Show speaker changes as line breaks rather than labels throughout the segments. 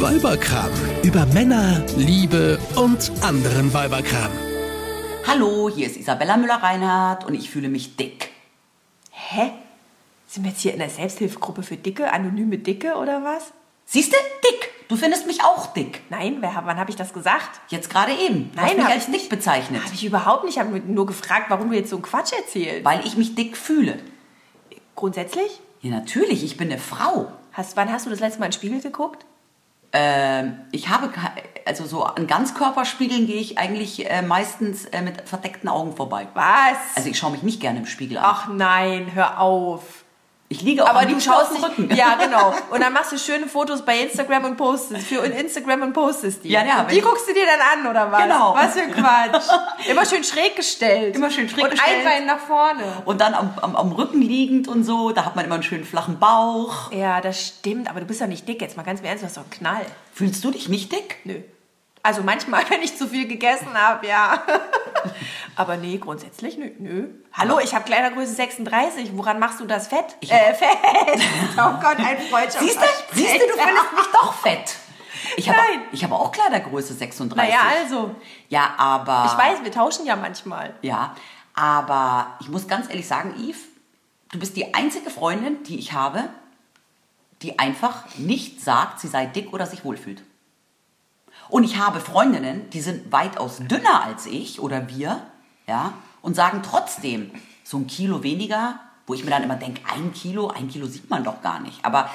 Weiberkram. Über Männer, Liebe und anderen Weiberkram.
Hallo, hier ist Isabella Müller-Reinhardt und ich fühle mich dick.
Hä? Sind wir jetzt hier in der Selbsthilfegruppe für Dicke, anonyme Dicke oder was?
Siehst du? Dick. Du findest mich auch dick.
Nein, wer, wann habe ich das gesagt?
Jetzt gerade eben. Du hast
Nein,
mich
hab
als
ich
dick
nicht.
bezeichnet,
Habe ich überhaupt nicht. Ich habe nur gefragt, warum du jetzt so einen Quatsch erzählst.
weil ich mich dick fühle.
Grundsätzlich?
Ja, natürlich, ich bin eine Frau.
Hast, wann hast du das letzte Mal in den Spiegel geguckt?
Ich habe, ke- also so an Ganzkörperspiegeln gehe ich eigentlich äh, meistens äh, mit verdeckten Augen vorbei.
Was?
Also ich schaue mich nicht gerne im Spiegel an.
Ach nein, hör auf.
ich liege auch
Aber
am
du
liebsten auf
schaust dich.
dem Rücken.
Ja, genau. Und dann machst du schöne Fotos bei Instagram und postest. Für Instagram und postest die.
Ja, ja,
Und
wenn
die
ich-
guckst du dir dann an, oder was?
Genau.
Was für ein Quatsch. Immer schön schräg gestellt.
Immer schön schräg
und
gestellt.
Und ein Bein nach vorne.
Und dann am, am, am Rücken liegend und so, da hat man immer einen schönen flachen Bauch.
Ja, das stimmt. Aber du bist doch nicht dick. Jetzt mal ganz im Ernst, du hast doch einen Knall.
Fühlst du dich nicht dick?
Nö. Also manchmal, wenn ich zu viel gegessen habe, ja. Aber nee, grundsätzlich nö. nö. Hallo, ich habe Kleidergröße 36. Woran machst du das fett? äh, fett. Oh Gott, ein Freundschaft.
Siehst du, siehst du, du findest mich doch fett. Ich habe,
Nein.
ich habe auch Kleidergröße 36.
Naja, also.
Ja, aber.
Ich weiß, wir tauschen ja manchmal.
Ja, aber ich muss ganz ehrlich sagen, Yves, du bist die einzige Freundin, die ich habe, die einfach nicht sagt, sie sei dick oder sich wohlfühlt. Und ich habe Freundinnen, die sind weitaus dünner als ich oder wir, ja, und sagen trotzdem so ein Kilo weniger, wo ich mir dann immer denke, ein Kilo, ein Kilo sieht man doch gar nicht. Aber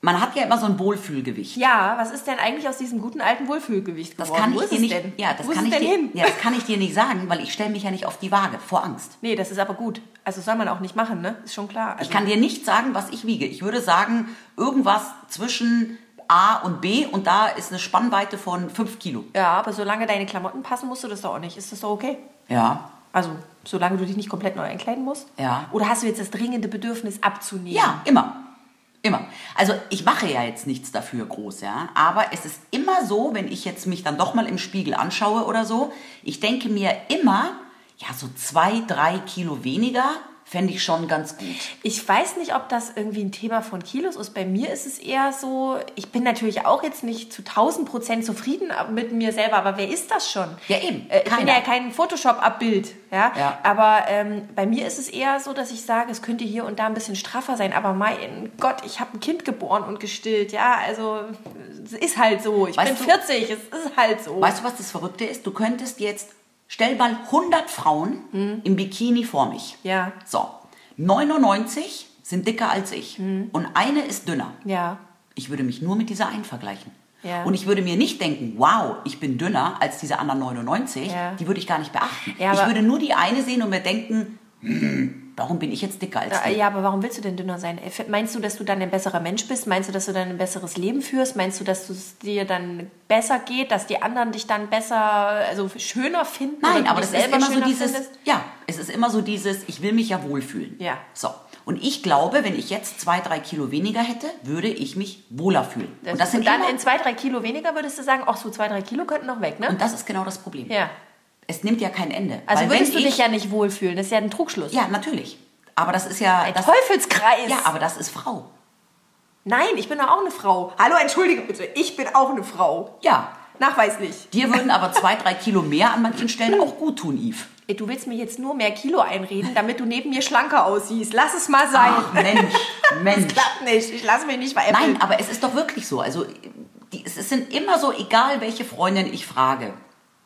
man hat ja immer so ein Wohlfühlgewicht.
Ja, was ist denn eigentlich aus diesem guten alten Wohlfühlgewicht
Das
geworden?
kann
Wo
ich
ist
dir
es
nicht,
denn?
ja, das
Wo
kann
ist
ich
es denn
dir,
hin?
ja, das kann ich dir nicht sagen, weil ich stelle mich ja nicht auf die Waage vor Angst.
Nee, das ist aber gut. Also soll man auch nicht machen, ne? Ist schon klar. Also,
Ich kann dir nicht sagen, was ich wiege. Ich würde sagen, irgendwas zwischen A und B und da ist eine Spannweite von 5 Kilo.
ja, aber solange deine Klamotten passen, musst du das doch auch nicht. Ist das doch okay?
Ja.
Also, solange du dich nicht komplett neu einkleiden musst?
Ja.
Oder hast du jetzt das dringende Bedürfnis abzunehmen?
Ja, immer. Immer. Also ich mache ja jetzt nichts dafür groß, ja. Aber es ist immer so, wenn ich jetzt mich dann doch mal im Spiegel anschaue oder so, ich denke mir immer, ja, so zwei, drei Kilo weniger fände ich schon ganz gut.
Ich weiß nicht, ob das irgendwie ein Thema von Kilos ist. Bei mir ist es eher so, ich bin natürlich auch jetzt nicht zu 1000 Prozent zufrieden mit mir selber, aber wer ist das schon?
Ja, eben,
Äh, ich bin
keiner.
ja kein Photoshop-Abbild. Ja?
Ja.
Aber ähm, bei mir ist es eher so, dass ich sage, es könnte hier und da ein bisschen straffer sein, aber mein Gott, ich habe ein Kind geboren und gestillt. Ja, also es ist halt so. Ich
Weißt
bin
du-
40, es ist halt so.
Weißt du, was das Verrückte ist? Du könntest jetzt, stell mal 100 Frauen im Bikini vor mich.
Mhm. Ja.
So, 99 sind dicker als ich und eine ist dünner.
Mhm. ja.
Ich würde mich nur mit dieser einen vergleichen.
Ja.
Und ich würde mir nicht denken, wow, ich bin dünner als diese anderen 99.
Ja.
Die würde ich gar nicht beachten.
Ja,
ich
aber-
würde nur die eine sehen und mir denken, hm, warum bin ich jetzt dicker als
Ja,
die?
Ja, aber warum willst du denn dünner sein? Äh, Meinst du, dass du dann ein besserer Mensch bist? Meinst du, dass du dann ein besseres Leben führst? Meinst du, dass es dir dann besser geht, dass die anderen dich dann besser, also schöner finden? oder
Nein,
du
aber
dich
das ist
selber
immer so
schöner
dieses,
findest?
ja, es ist immer so dieses, ich will mich ja wohlfühlen.
Ja.
So. Und ich glaube, wenn ich jetzt zwei, drei Kilo weniger hätte, würde ich mich wohler fühlen.
Das,
und das sind
dann
immer,
in zwei, drei Kilo weniger würdest du sagen, ach so, zwei, drei Kilo könnten noch weg, ne?
und das ist genau das Problem.
Ja.
Es nimmt ja kein Ende.
Also
Weil wenn
würdest du
ich,
dich ja nicht wohlfühlen. Das ist ja ein Trugschluss.
Ja, natürlich. Aber das ist ja.
Ein
das,
Teufelskreis.
ja, aber das ist Frau.
Nein, ich bin doch auch eine Frau. Hallo, entschuldige bitte. Ich bin auch eine Frau.
Ja.
Nachweislich.
Dir würden aber zwei, drei Kilo mehr an manchen Stellen auch gut tun, Yves.
Ey, Du willst mir jetzt nur mehr Kilo einreden, damit du neben mir schlanker aussiehst. Lass es mal sein.
Ach, Mensch, Mensch.
klappt nicht. Ich lasse mich nicht veräppeln.
Nein, aber es ist doch wirklich so. Also die, es es sind immer so, egal welche Freundin ich frage.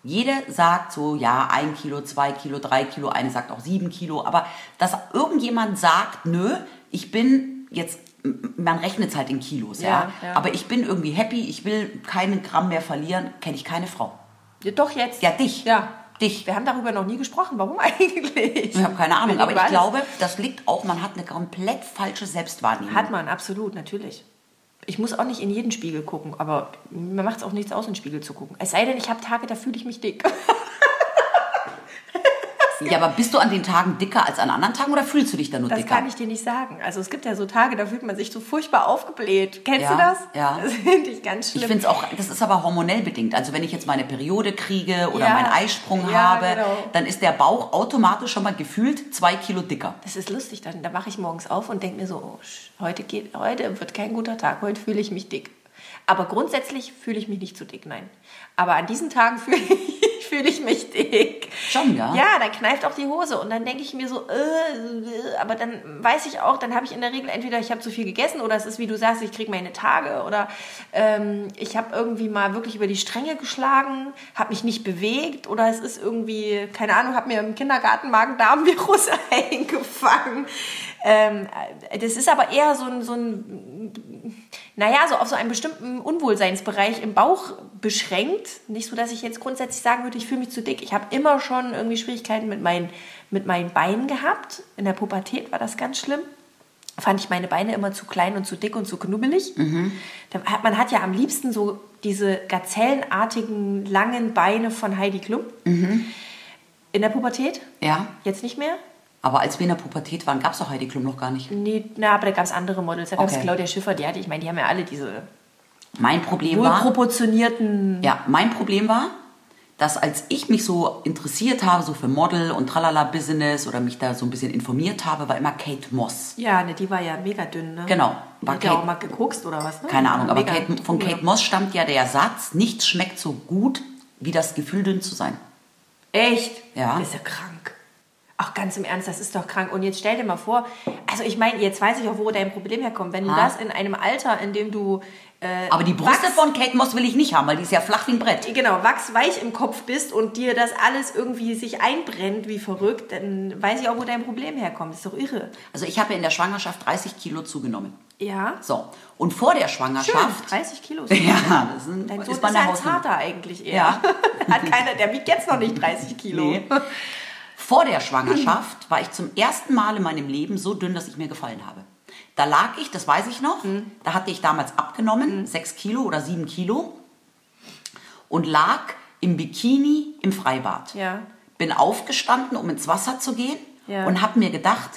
Jede sagt so, ja, ein Kilo, zwei Kilo, drei Kilo, eine sagt auch sieben Kilo, aber dass irgendjemand sagt, nö, ich bin jetzt, m- man rechnet es halt in Kilos, ja,
Ja, ja.
aber ich bin irgendwie happy, ich will keinen Gramm mehr verlieren, kenne ich keine Frau.
Ja, Doch jetzt.
Ja, dich.
Ja.
Dich.
Wir haben darüber noch nie gesprochen. Warum eigentlich?
Ich habe keine Ahnung,
Wir
aber
reden
ich
über alles.
glaube, das liegt auch, man hat eine komplett falsche Selbstwahrnehmung.
Hat man, absolut, natürlich. Ich muss auch nicht in jeden Spiegel gucken, aber mir macht es auch nichts aus, in den Spiegel zu gucken. Es sei denn, ich habe Tage, da fühle ich mich dick.
ja, aber bist du an den Tagen dicker als an anderen Tagen oder fühlst du dich dann nur
Das
dicker?
kann ich dir nicht sagen. Also es gibt ja so Tage, da fühlt man sich so furchtbar aufgebläht. Kennst
Ja,
du das?
ja.
Das finde ich ganz schlimm.
Ich finde es auch, das ist aber hormonell bedingt. Also wenn ich jetzt meine Periode kriege oder
Ja.
meinen Eisprung
Ja,
habe,
genau.
dann ist der Bauch automatisch schon mal gefühlt zwei Kilo dicker.
Das ist lustig dann. Da wache ich morgens auf und denke mir so, oh, sch- heute, geht, heute wird kein guter Tag, heute fühle ich mich dick. Aber grundsätzlich fühle ich mich nicht zu dick, nein. Aber an diesen Tagen fühle ich, fühle ich mich dick.
Schon, ja?
Ja, dann kneift auch die Hose und dann denke ich mir so, äh, äh, aber dann weiß ich auch, dann habe ich in der Regel entweder ich habe zu viel gegessen oder es ist, wie du sagst, ich kriege meine Tage oder ähm, ich habe irgendwie mal wirklich über die Stränge geschlagen, habe mich nicht bewegt oder es ist irgendwie, keine Ahnung, habe mir im Kindergarten Magen-Darm-Virus eingefangen. Ähm, das ist aber eher so ein, so ein, naja, so auf so einen bestimmten Unwohlseinsbereich im Bauch beschränkt. Nicht so, dass ich jetzt grundsätzlich sagen würde, ich fühle mich zu dick. Ich habe immer schon irgendwie Schwierigkeiten mit meinen, mit meinen Beinen gehabt. In der Pubertät war das ganz schlimm. Fand ich meine Beine immer zu klein und zu dick und zu knubbelig. Da hat, man hat ja am liebsten so diese gazellenartigen, langen Beine von Heidi Klum. In der Pubertät?
Ja.
Jetzt nicht mehr?
Aber als wir in der Pubertät waren, gab es doch Heidi Klum noch gar nicht.
Nee, na, aber da gab es andere Models. Da gab es
Okay.
Claudia Schiffer, die hatte, ich meine, die haben ja alle diese
Mein Problem war,
wohlproportionierten.
ja, mein Problem war, dass als ich mich so interessiert habe, so für Model und Tralala-Business oder mich da so ein bisschen informiert habe, war immer Kate Moss.
Ja, ne, die war ja mega dünn, ne?
Genau.
Die
War
hat ja
Kate-
auch mal gekokst oder was, ne?
Keine Ahnung, aber
Mega
Kate, von
cool.
Kate Moss stammt ja der Satz, nichts schmeckt so gut wie das Gefühl, dünn zu sein.
Echt?
Ja.
Das ist ja krank. Auch ganz im Ernst, das ist doch krank. Und jetzt stell dir mal vor, also ich meine, jetzt weiß ich auch, wo dein Problem herkommt. Wenn du
Ah.
das in einem Alter, in dem du äh,
Aber die Brüste
Wachs-
von Kate Moss will ich nicht haben, weil die ist ja flach wie ein Brett.
genau, wachsweich im Kopf bist und dir das alles irgendwie sich einbrennt wie verrückt, dann weiß ich auch, wo dein Problem herkommt. Das ist doch irre.
Also ich habe ja in der Schwangerschaft 30 Kilo zugenommen.
Ja.
So, und vor der
Schön,
Schwangerschaft...
30 Kilo.
Ja, das ist, ein,
Dein Sohn
ist
ist,
bei einer
ja ein
Hausnummer.
Zarter eigentlich eher.
Ja.
Hat keiner, der wiegt jetzt noch nicht 30 Kilo.
Nee. Vor der Schwangerschaft war ich zum ersten Mal in meinem Leben so dünn, dass ich mir gefallen habe. Da lag ich, das weiß ich noch,
Mhm.
da hatte ich damals abgenommen, sechs Kilo oder sieben Kilo und lag im Bikini im Freibad.
Ja.
Bin aufgestanden, um ins Wasser zu gehen
Ja.
und habe mir gedacht,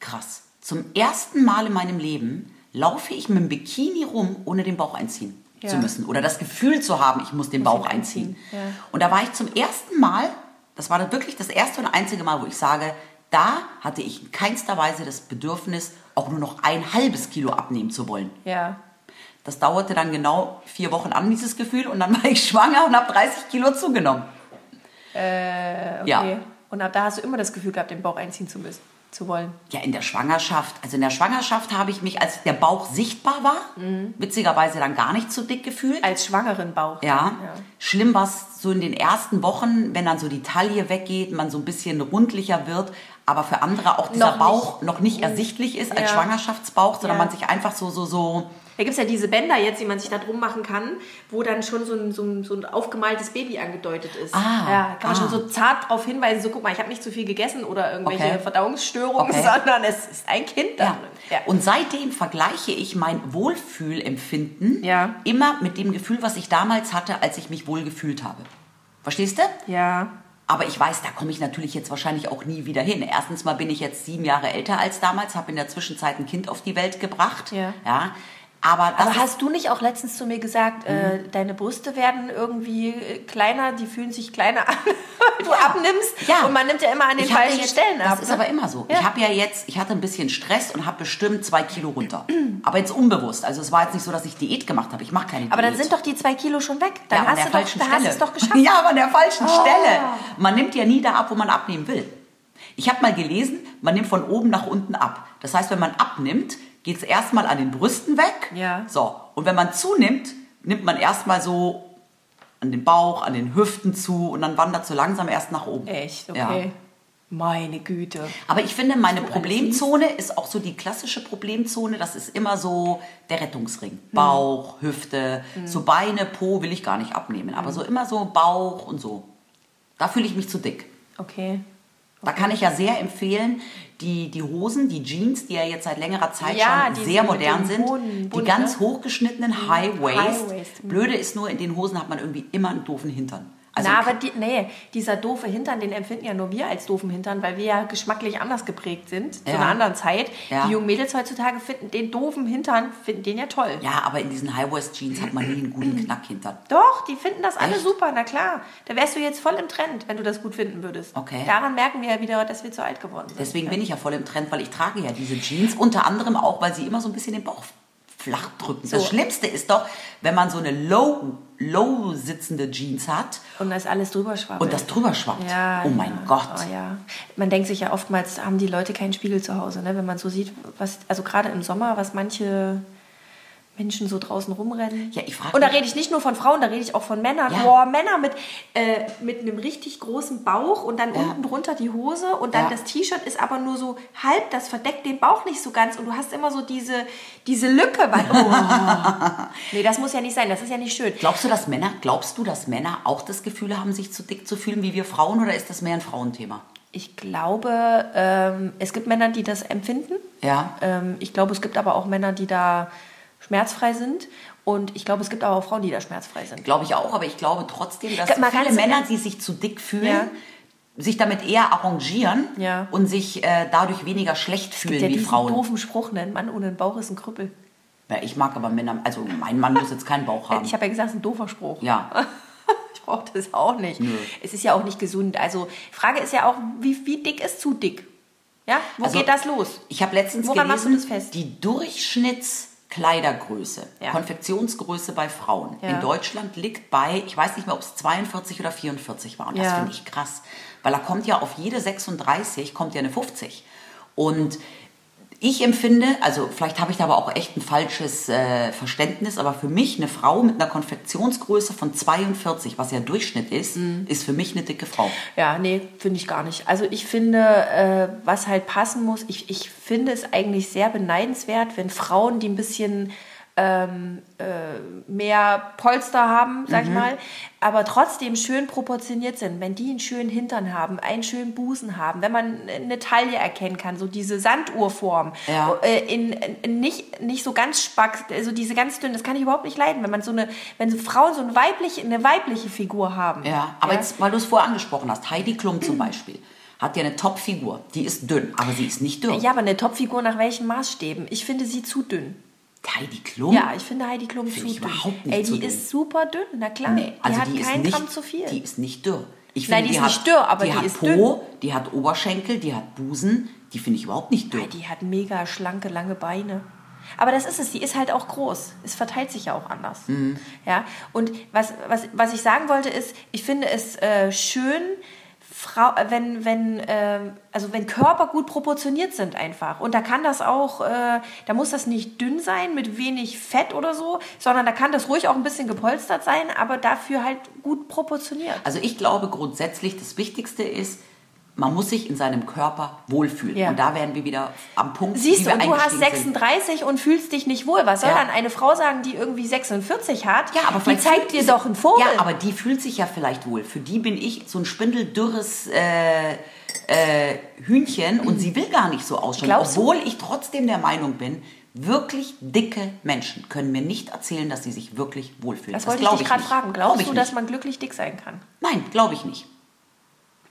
krass, zum ersten Mal in meinem Leben laufe ich mit dem Bikini rum, ohne den Bauch einziehen
Ja.
zu müssen oder das Gefühl zu haben, ich muss den
Muss ihn
Bauch einziehen.
einziehen, ja.
Und da war ich zum ersten Mal, das war dann wirklich das erste und einzige Mal, wo ich sage, da hatte ich in keinster Weise das Bedürfnis, auch nur noch ein halbes Kilo abnehmen zu wollen.
Ja.
Das dauerte dann genau vier Wochen an, dieses Gefühl, und dann war ich schwanger und habe 30 Kilo zugenommen.
Äh, Okay.
Ja.
Und ab da hast du immer das Gefühl gehabt, den Bauch einziehen zu müssen, zu wollen.
Ja, in der Schwangerschaft. Also in der Schwangerschaft habe ich mich, als der Bauch sichtbar war,
Mhm.
witzigerweise dann gar nicht so dick gefühlt.
Als schwangeren Bauch.
Ja. Schlimm war es so in den ersten Wochen, wenn dann so die Taille weggeht, man so ein bisschen rundlicher wird, aber für andere auch dieser
Noch nicht. Mhm.
Bauch noch nicht ersichtlich ist als
Ja.
Schwangerschaftsbauch, sondern
Ja.
man sich einfach so, so, so.
Da gibt es ja diese Bänder jetzt, die man sich da drum machen kann, wo dann schon so ein, so ein, so ein aufgemaltes Baby angedeutet ist.
Ah,
ja, kann man
ah.
schon so zart darauf hinweisen, so guck mal, ich habe nicht zu viel gegessen oder irgendwelche
Okay.
Verdauungsstörungen,
Okay.
sondern es ist ein Kind da
Ja.
drin.
Und seitdem vergleiche ich mein Wohlfühlempfinden
Ja.
immer mit dem Gefühl, was ich damals hatte, als ich mich wohl gefühlt habe. Verstehst du?
ja.
Aber ich weiß, da komme ich natürlich jetzt wahrscheinlich auch nie wieder hin. Erstens mal bin ich jetzt sieben Jahre älter als damals, habe in der Zwischenzeit ein Kind auf die Welt gebracht.
Ja.
ja. Aber das
Aber
ist
hast du nicht auch letztens zu mir gesagt, äh, deine Brüste werden irgendwie äh, kleiner, die fühlen sich kleiner an, weil du abnimmst
Ja.
und man nimmt ja immer an den
hatte
falschen
jetzt,
Stellen ab. ne?
Das ist aber immer so.
Ja.
Ich habe ja jetzt, ich hatte ein bisschen Stress und habe bestimmt zwei Kilo runter. aber jetzt unbewusst. Also es war jetzt nicht so, dass ich Diät gemacht habe. Ich mache keine
aber dann
Diät.
sind doch die zwei Kilo schon weg.
Ja,
Dann
aber an
hast,
der
du doch,
falschen
dann hast du es
Stelle.
doch geschafft. Ah.
Ja, aber an der falschen Stelle. Man nimmt ja nie da ab, wo man abnehmen will. Ich habe mal gelesen, man nimmt von oben nach unten ab. Das heißt, wenn man abnimmt, geht es erstmal an den Brüsten weg.
Ja.
So. Und wenn man zunimmt, nimmt man erstmal so an den Bauch, an den Hüften zu und dann wandert so langsam erst nach oben.
Echt,
Ja.
okay. Meine Güte.
Aber ich finde, meine Problemzone ist auch so die klassische Problemzone. Das ist immer so der Rettungsring.
Mhm.
Bauch, Hüfte, so Beine, Po will ich gar nicht abnehmen.
Mhm.
Aber so immer so Bauch und so. Da fühle ich mich zu dick.
Okay.
Da kann ich ja sehr empfehlen, die, die Hosen, die Jeans, die ja jetzt seit längerer Zeit
Ja,
schon
die
sehr
sind mit
modern
dem
sind,
hohen
die
Bund,
ganz
ne?
hochgeschnittenen High Waist.
High Waist, mhm.
Blöde ist nur, in den Hosen hat man irgendwie immer einen doofen Hintern. Also
Na, aber die, nee, dieser doofe Hintern, den empfinden ja nur wir als doofen Hintern, weil wir ja geschmacklich anders geprägt sind, zu
Ja.
einer anderen Zeit.
Ja.
Die jungen Mädels heutzutage finden den doofen Hintern, finden den ja toll.
ja, aber in diesen High Waist Jeans hat man nie einen guten Knackhintern.
Doch, die finden das alle
Echt?
super, na klar. Da wärst du jetzt voll im Trend, wenn du das gut finden würdest.
Okay.
Daran merken wir ja wieder, dass wir zu alt geworden sind.
Deswegen bin ich ja voll im Trend, weil ich trage ja diese Jeans, unter anderem auch, weil sie immer so ein bisschen den Bauch flach drücken. Das Schlimmste ist doch, wenn man so eine low, low sitzende Jeans hat
Und da ist alles drüber schwabbelt.
und das drüber schwappt.
Ja,
oh mein
ja.
Gott.
Oh, ja. Man denkt sich ja oftmals, haben die Leute keinen Spiegel zu Hause, ne? wenn man so sieht, was, also gerade im Sommer, was manche Menschen so draußen rumrennen.
Ja, ich frag
Und da
mich-
rede ich nicht nur von Frauen, da rede ich auch von Männern.
Ja.
Boah, Männer mit, äh, mit einem richtig großen Bauch und dann unten drunter die Hose und dann
Ja.
das T-Shirt ist aber nur so halb, das verdeckt den Bauch nicht so ganz und du hast immer so diese, diese Lücke. Weil, oh. nee, das muss ja nicht sein, das ist ja nicht schön.
Glaubst du, dass Männer, glaubst du, dass Männer auch das Gefühl haben, sich zu dick zu fühlen wie wir Frauen oder ist das mehr ein Frauenthema?
Ich glaube, ähm, es gibt Männer, die das empfinden.
Ja.
Ähm, ich glaube, es gibt aber auch Männer, die da schmerzfrei sind. Und ich glaube, es gibt aber auch Frauen, die da schmerzfrei sind.
Glaube ich auch, aber ich glaube trotzdem, dass
Ga- mal
viele
ganz im
Männer,
Ernst.
die sich zu dick fühlen,
Ja.
sich damit eher arrangieren
Ja.
und sich äh, dadurch weniger schlecht fühlen
Der
wie
diesen
Frauen.
doofen Spruch, ne? ein Mann ohne einen Bauch ist ein Krüppel.
Ja, ich mag aber Männer, also mein Mann muss jetzt keinen Bauch haben.
Ich habe ja gesagt, es ist ein doofer Spruch.
ja,
Ich brauche das auch nicht. Es ist ja auch nicht gesund. Also, Frage ist ja auch, wie, wie dick ist zu dick? Ja, wo
Also,
geht das los?
ich habe letztens
Woran machst du
gelesen,
das fest?
die Durchschnittskleidergröße,
Ja.
Konfektionsgröße bei Frauen
Ja.
in Deutschland liegt bei, ich weiß nicht mehr, ob es 42 oder 44 war. Und das
Ja.
finde ich krass, weil da kommt ja auf jede 36 kommt ja eine 50. Und ich empfinde, also vielleicht habe ich da aber auch echt ein falsches äh, Verständnis, aber für mich eine Frau mit einer Konfektionsgröße von 42, was ja Durchschnitt ist,
Mhm.
ist für mich eine dicke Frau.
Ja, nee, finde ich gar nicht. Also ich finde, äh, was halt passen muss, ich, ich finde es eigentlich sehr beneidenswert, wenn Frauen, die ein bisschen ähm, äh, mehr Polster haben, sag
Mhm.
ich mal, aber trotzdem schön proportioniert sind, wenn die einen schönen Hintern haben, einen schönen Busen haben, wenn man eine Taille erkennen kann, so diese Sanduhrform,
Ja.
äh, in, in, nicht, nicht so ganz spack, also diese ganz dünn, das kann ich überhaupt nicht leiden, wenn man so eine, wenn so Frauen so eine weibliche, eine weibliche Figur haben.
Ja, aber jetzt, weil du es vorher angesprochen hast, Heidi Klum zum Beispiel hat ja eine Top-Figur. Die ist dünn, aber sie ist nicht dürr.
Ja, aber eine Topfigur nach welchen Maßstäben? Ich finde sie zu dünn.
Heidi Klum?
Ja, ich finde Heidi Klum
Finde
zu
ich
dünn.
überhaupt nicht
Ey, die
zu dünn.
ist super dünn, na klar.
Nee, also
die hat
die, ist
keinen
nicht,
Gramm zu viel.
Die ist nicht dürr. Ich
Nein, die ist nicht dürr, aber
die,
die
hat
ist
Po, die hat Oberschenkel, die hat Busen, die finde ich überhaupt nicht dürr.
Ey, die hat mega schlanke, lange Beine. Aber das ist es, die ist halt auch groß. Es verteilt sich ja auch anders. Ja, und was, was, was ich sagen wollte ist, ich finde es äh, schön, Frau, äh, wenn, wenn, ähm, also wenn Körper gut proportioniert sind einfach. Und da kann das auch, äh, da muss das nicht dünn sein mit wenig Fett oder so, sondern da kann das ruhig auch ein bisschen gepolstert sein, aber dafür halt gut proportioniert.
Also ich glaube grundsätzlich, das Wichtigste ist, man muss sich in seinem Körper wohlfühlen.
Ja.
Und da werden wir wieder am Punkt, wie
Siehst du,
wir
und du hast
eingestiegen sind.
36 und fühlst dich nicht wohl. Was soll
Ja.
dann eine Frau sagen, die irgendwie 46 hat?
Ja, aber
die
vielleicht
zeigt
fühlt
dir
sie-
doch einen Vogel.
Ja, aber die fühlt sich ja vielleicht wohl. Für die bin ich so ein spindeldürres äh, äh, Hühnchen und sie will gar nicht so ausschauen.
Glaubst du?
obwohl ich trotzdem der Meinung bin, wirklich dicke Menschen können mir nicht erzählen, dass sie sich wirklich wohlfühlen.
das wollte ich
glaub
dich gerade
nicht.
fragen.
Glaub
Glaubst
ich
du,
nicht.
dass man glücklich dick sein kann?
Nein, glaube ich nicht.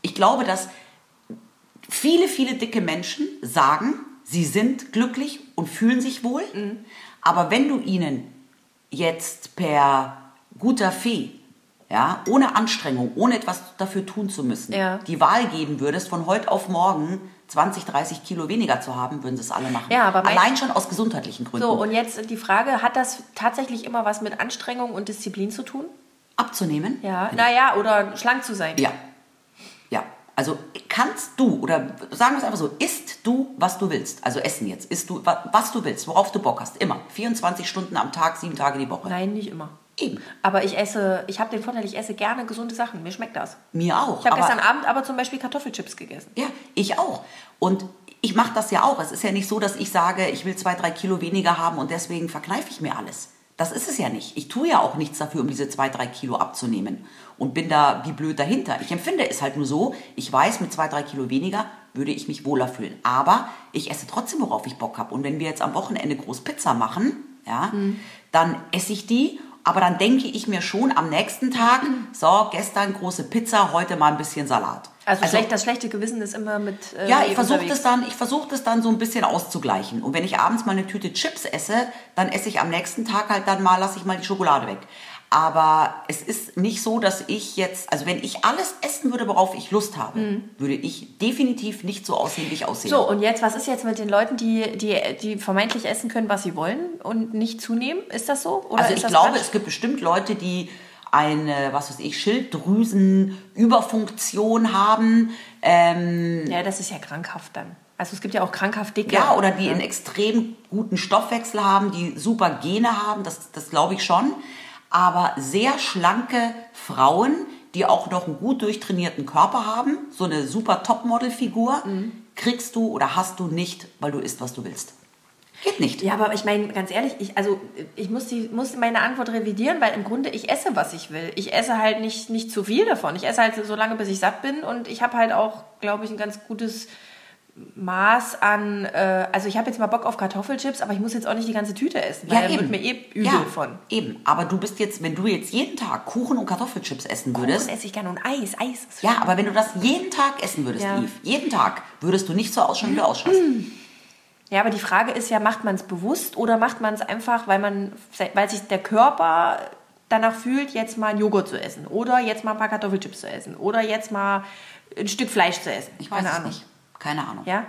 Ich glaube, dass viele, viele dicke Menschen sagen, sie sind glücklich und fühlen sich wohl.
Mhm.
Aber wenn du ihnen jetzt per guter Fee, ja, ohne Anstrengung, ohne etwas dafür tun zu müssen,
Ja.
die Wahl geben würdest, von heute auf morgen 20, 30 Kilo weniger zu haben, würden sie es alle machen.
Ja, aber mein-
Allein schon aus gesundheitlichen Gründen.
So, und jetzt die Frage, hat das tatsächlich immer was mit Anstrengung und Disziplin zu tun?
Abzunehmen?
Ja, naja, oder schlank zu sein.
Ja. Ja. Also kannst du, oder sagen wir es einfach so, isst du, was du willst. Also essen jetzt. Isst du, wa- was du willst, worauf du Bock hast. Immer. 24 Stunden am Tag, sieben Tage die Woche.
Nein, nicht immer.
Eben.
Aber ich esse, ich habe den Vorteil, ich esse gerne gesunde Sachen. Mir schmeckt das.
Mir auch.
Ich habe
aber-
gestern Abend aber zum Beispiel Kartoffelchips gegessen.
Ja, ich auch. Und ich mache das ja auch. Es ist ja nicht so, dass ich sage, ich will zwei, drei Kilo weniger haben und deswegen verkneife ich mir alles. Das ist es ja nicht. Ich tue ja auch nichts dafür, um diese zwei, drei Kilo abzunehmen und bin da wie blöd dahinter. Ich empfinde es halt nur so, ich weiß, mit zwei, drei Kilo weniger würde ich mich wohler fühlen. Aber ich esse trotzdem, worauf ich Bock habe. Und wenn wir jetzt am Wochenende groß Pizza machen, ja, dann esse ich die. Aber dann denke ich mir schon am nächsten Tag, so, gestern große Pizza, heute mal ein bisschen Salat.
Also, schlecht, das schlechte Gewissen ist immer mit. äh,
Ja,
mir
ich versuche das
unterwegs.
dann, ich versuche das dann so ein bisschen auszugleichen. Und wenn ich abends mal eine Tüte Chips esse, dann esse ich am nächsten Tag halt dann mal, lasse ich mal die Schokolade weg. Aber es ist nicht so, dass ich jetzt, also wenn ich alles essen würde, worauf ich Lust habe, würde ich definitiv nicht so aussehen, wie ich aussehe.
Mhm. So, und jetzt, was ist jetzt mit den Leuten, die, die, die vermeintlich essen können, was sie wollen und nicht zunehmen? Ist das so? Oder
also
ist
ich
das
glaube,
Quatsch?
es gibt bestimmt Leute, die eine, was weiß ich, Schilddrüsenüberfunktion haben. Ähm,
Ja, das ist ja krankhaft dann. Also es gibt ja auch krankhaft Dicke.
ja, oder die einen extrem guten Stoffwechsel haben, die super Gene haben, das, das glaube ich schon. Aber sehr schlanke Frauen, die auch noch einen gut durchtrainierten Körper haben, so eine super Topmodel-Figur,
Mhm.
kriegst du oder hast du nicht, weil du isst, was du willst. Geht nicht.
Ja, aber ich meine, ganz ehrlich, ich, also, ich muss, die, muss meine Antwort revidieren, weil im Grunde ich esse, was ich will. Ich esse halt nicht, nicht zu viel davon. Ich esse halt so lange, bis ich satt bin und ich habe halt auch, glaube ich, ein ganz gutes Maß an, äh, also ich habe jetzt mal Bock auf Kartoffelchips, aber ich muss jetzt auch nicht die ganze Tüte essen, weil da wird mir eh übel
Ja,
von.
Eben, aber du bist jetzt, wenn du jetzt jeden Tag Kuchen und Kartoffelchips essen würdest,
Das esse ich gerne und Eis, Eis ist
ja, aber wenn du das jeden Tag essen würdest,
Ja. Mhm.
Eve, jeden Tag, würdest du nicht so ausschauen, wie du ausschaust.
Ja, aber die Frage ist ja, macht man es bewusst oder macht man es einfach, weil, man, weil sich der Körper danach fühlt, jetzt mal einen Joghurt zu essen oder jetzt mal ein paar Kartoffelchips zu essen oder jetzt mal ein Stück Fleisch zu essen.
Ich weiß
Keine
es
Ahnung.
nicht. Keine Ahnung.
Ja?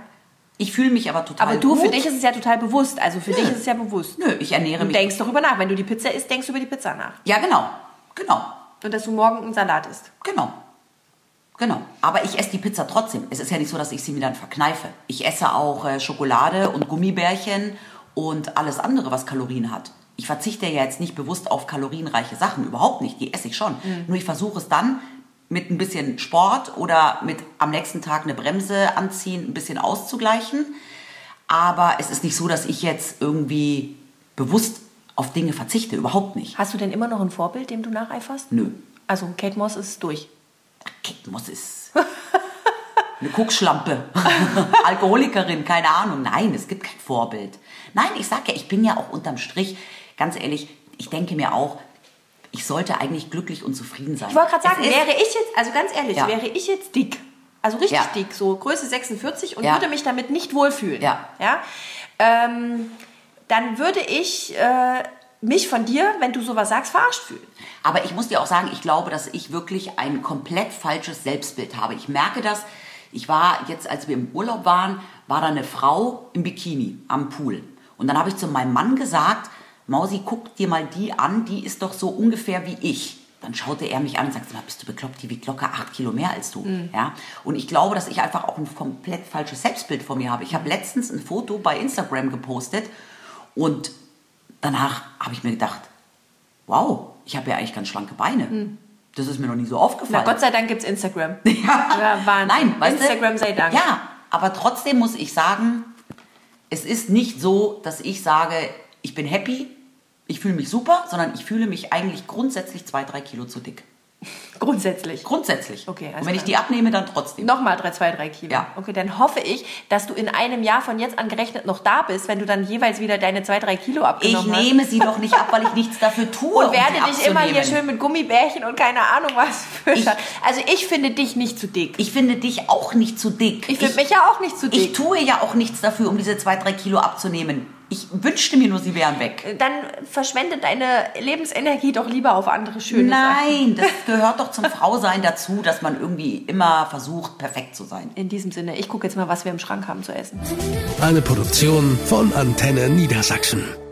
Ich fühle mich aber total
Aber du,
gut.
für dich ist es ja total bewusst. Also für dich ist es ja bewusst.
Nö, ich ernähre
Du
mich.
denkst darüber nach. Wenn du die Pizza isst, denkst du über die Pizza nach.
Ja, genau. Genau.
Und dass du morgen einen Salat isst.
Genau. Genau. Aber ich esse die Pizza trotzdem. Es ist ja nicht so, dass ich sie mir dann verkneife. Ich esse auch äh, Schokolade und Gummibärchen und alles andere, was Kalorien hat. Ich verzichte ja jetzt nicht bewusst auf kalorienreiche Sachen. Überhaupt nicht. Die esse ich schon. Nur ich versuche es dann mit ein bisschen Sport oder mit am nächsten Tag eine Bremse anziehen, ein bisschen auszugleichen. Aber es ist nicht so, dass ich jetzt irgendwie bewusst auf Dinge verzichte. Überhaupt nicht.
Hast du denn immer noch ein Vorbild, dem du nacheiferst?
Nö.
Also Kate Moss ist durch.
Kickmoss ist. Eine Kuckschlampe. Alkoholikerin, keine Ahnung. Nein, es gibt kein Vorbild. Nein, ich sag ja, ich bin ja auch unterm Strich, ganz ehrlich, ich denke mir auch, ich sollte eigentlich glücklich und zufrieden sein.
Ich wollte gerade sagen,
Es ist-
wäre ich jetzt, also ganz ehrlich,
Ja.
wäre ich jetzt dick, also richtig
Ja.
dick, so Größe 46 und
Ja.
würde mich damit nicht wohlfühlen,
Ja.
Ja? Ähm, dann würde ich äh, mich von dir, wenn du sowas sagst, verarscht fühlen.
Aber ich muss dir auch sagen, ich glaube, dass ich wirklich ein komplett falsches Selbstbild habe. Ich merke das. Ich war jetzt, als wir im Urlaub waren, war da eine Frau im Bikini am Pool. Und dann habe ich zu meinem Mann gesagt, Mausi, guck dir mal die an, die ist doch so ungefähr wie ich. Dann schaute er mich an und sagte, "Sag mal, bist du bekloppt, die wiegt locker acht Kilo mehr als du. Ja? Und ich glaube, dass ich einfach auch ein komplett falsches Selbstbild von mir habe. Ich habe letztens ein Foto bei Instagram gepostet und danach habe ich mir gedacht, wow, ich habe ja eigentlich ganz schlanke Beine. Das ist mir noch nie so
Hm. Na,
aufgefallen.
Gott sei Dank gibt es Instagram. Ja, Wahnsinn.
Nein, weißt du,
Instagram sei Dank.
Ja, aber trotzdem muss ich sagen, es ist nicht so, dass ich sage, ich bin happy, ich fühle mich super, sondern ich fühle mich eigentlich grundsätzlich zwei, drei Kilo zu dick.
Grundsätzlich.
Grundsätzlich.
Okay, alles
Und wenn ich
klar.
die abnehme, dann trotzdem.
Nochmal 3, 2, 3 Kilo.
Ja.
Okay, dann hoffe ich, dass du in einem Jahr von jetzt an gerechnet noch da bist, wenn du dann jeweils wieder deine 2, 3 Kilo
ich
abgenommen hast.
nehme sie doch nicht ab, weil ich nichts dafür tue.
Und werde
um sie
dich immer hier
abzunehmen.
schön mit Gummibärchen und keine Ahnung was
Ich-
füttern. Also ich finde dich nicht zu dick.
Ich finde dich auch nicht zu dick.
Ich finde mich ja auch nicht zu
Ich
dick.
tue ja auch nichts dafür, um diese zwei, drei Kilo abzunehmen. Ich wünschte mir nur, sie wären weg.
Dann verschwende deine Lebensenergie doch lieber auf andere schöne Sachen.
Nein, das gehört doch zum Frausein dazu, dass man irgendwie immer versucht, perfekt zu sein.
In diesem Sinne, ich gucke jetzt mal, was wir im Schrank haben zu essen.
Eine Produktion von Antenne Niedersachsen.